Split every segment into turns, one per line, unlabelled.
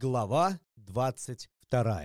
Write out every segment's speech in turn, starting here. Глава 22.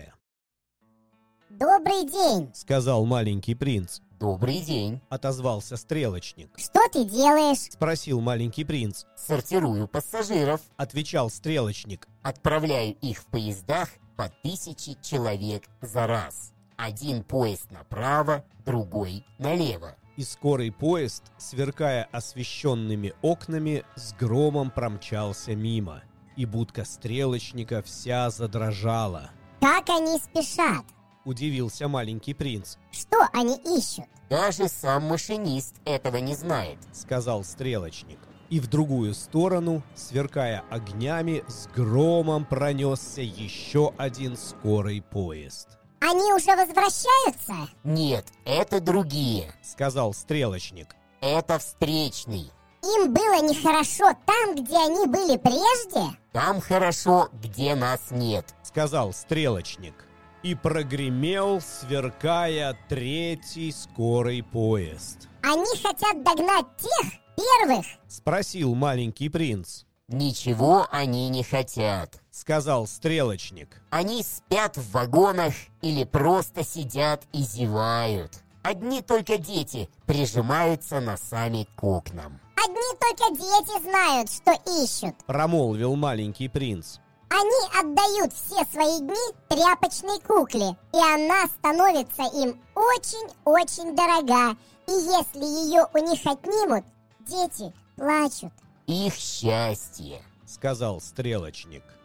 Добрый день!
Сказал маленький принц.
Добрый день.
Отозвался стрелочник.
Что ты делаешь?
Спросил маленький принц.
Сортирую пассажиров.
Отвечал стрелочник.
Отправляю их в поездах по тысяче человек за раз. Один поезд направо, другой налево.
И скорый поезд, сверкая освещенными окнами, с громом промчался мимо. И будка стрелочника вся задрожала.
Как они спешат?
Удивился маленький принц.
Что они ищут?
Даже сам машинист этого не знает.
Сказал стрелочник. И в другую сторону, сверкая огнями, с громом пронесся еще один скорый поезд.
Они уже возвращаются?
Нет, это другие.
Сказал стрелочник.
Это встречный.
Им было нехорошо там, где они были прежде?
Там хорошо, где нас нет.
сказал стрелочник. И прогремел, сверкая третий скорый поезд.
Они хотят догнать тех первых?
Спросил маленький принц.
Ничего они не хотят.
Сказал стрелочник.
Они спят в вагонах или просто сидят и зевают. Одни только дети прижимаются носами к окнам.
Одни только дети знают, что ищут.
Промолвил маленький принц.
Они отдают все свои дни тряпочной кукле, и она становится им очень-очень дорога. И если ее у них отнимут, дети плачут.
Их счастье.
Сказал стрелочник.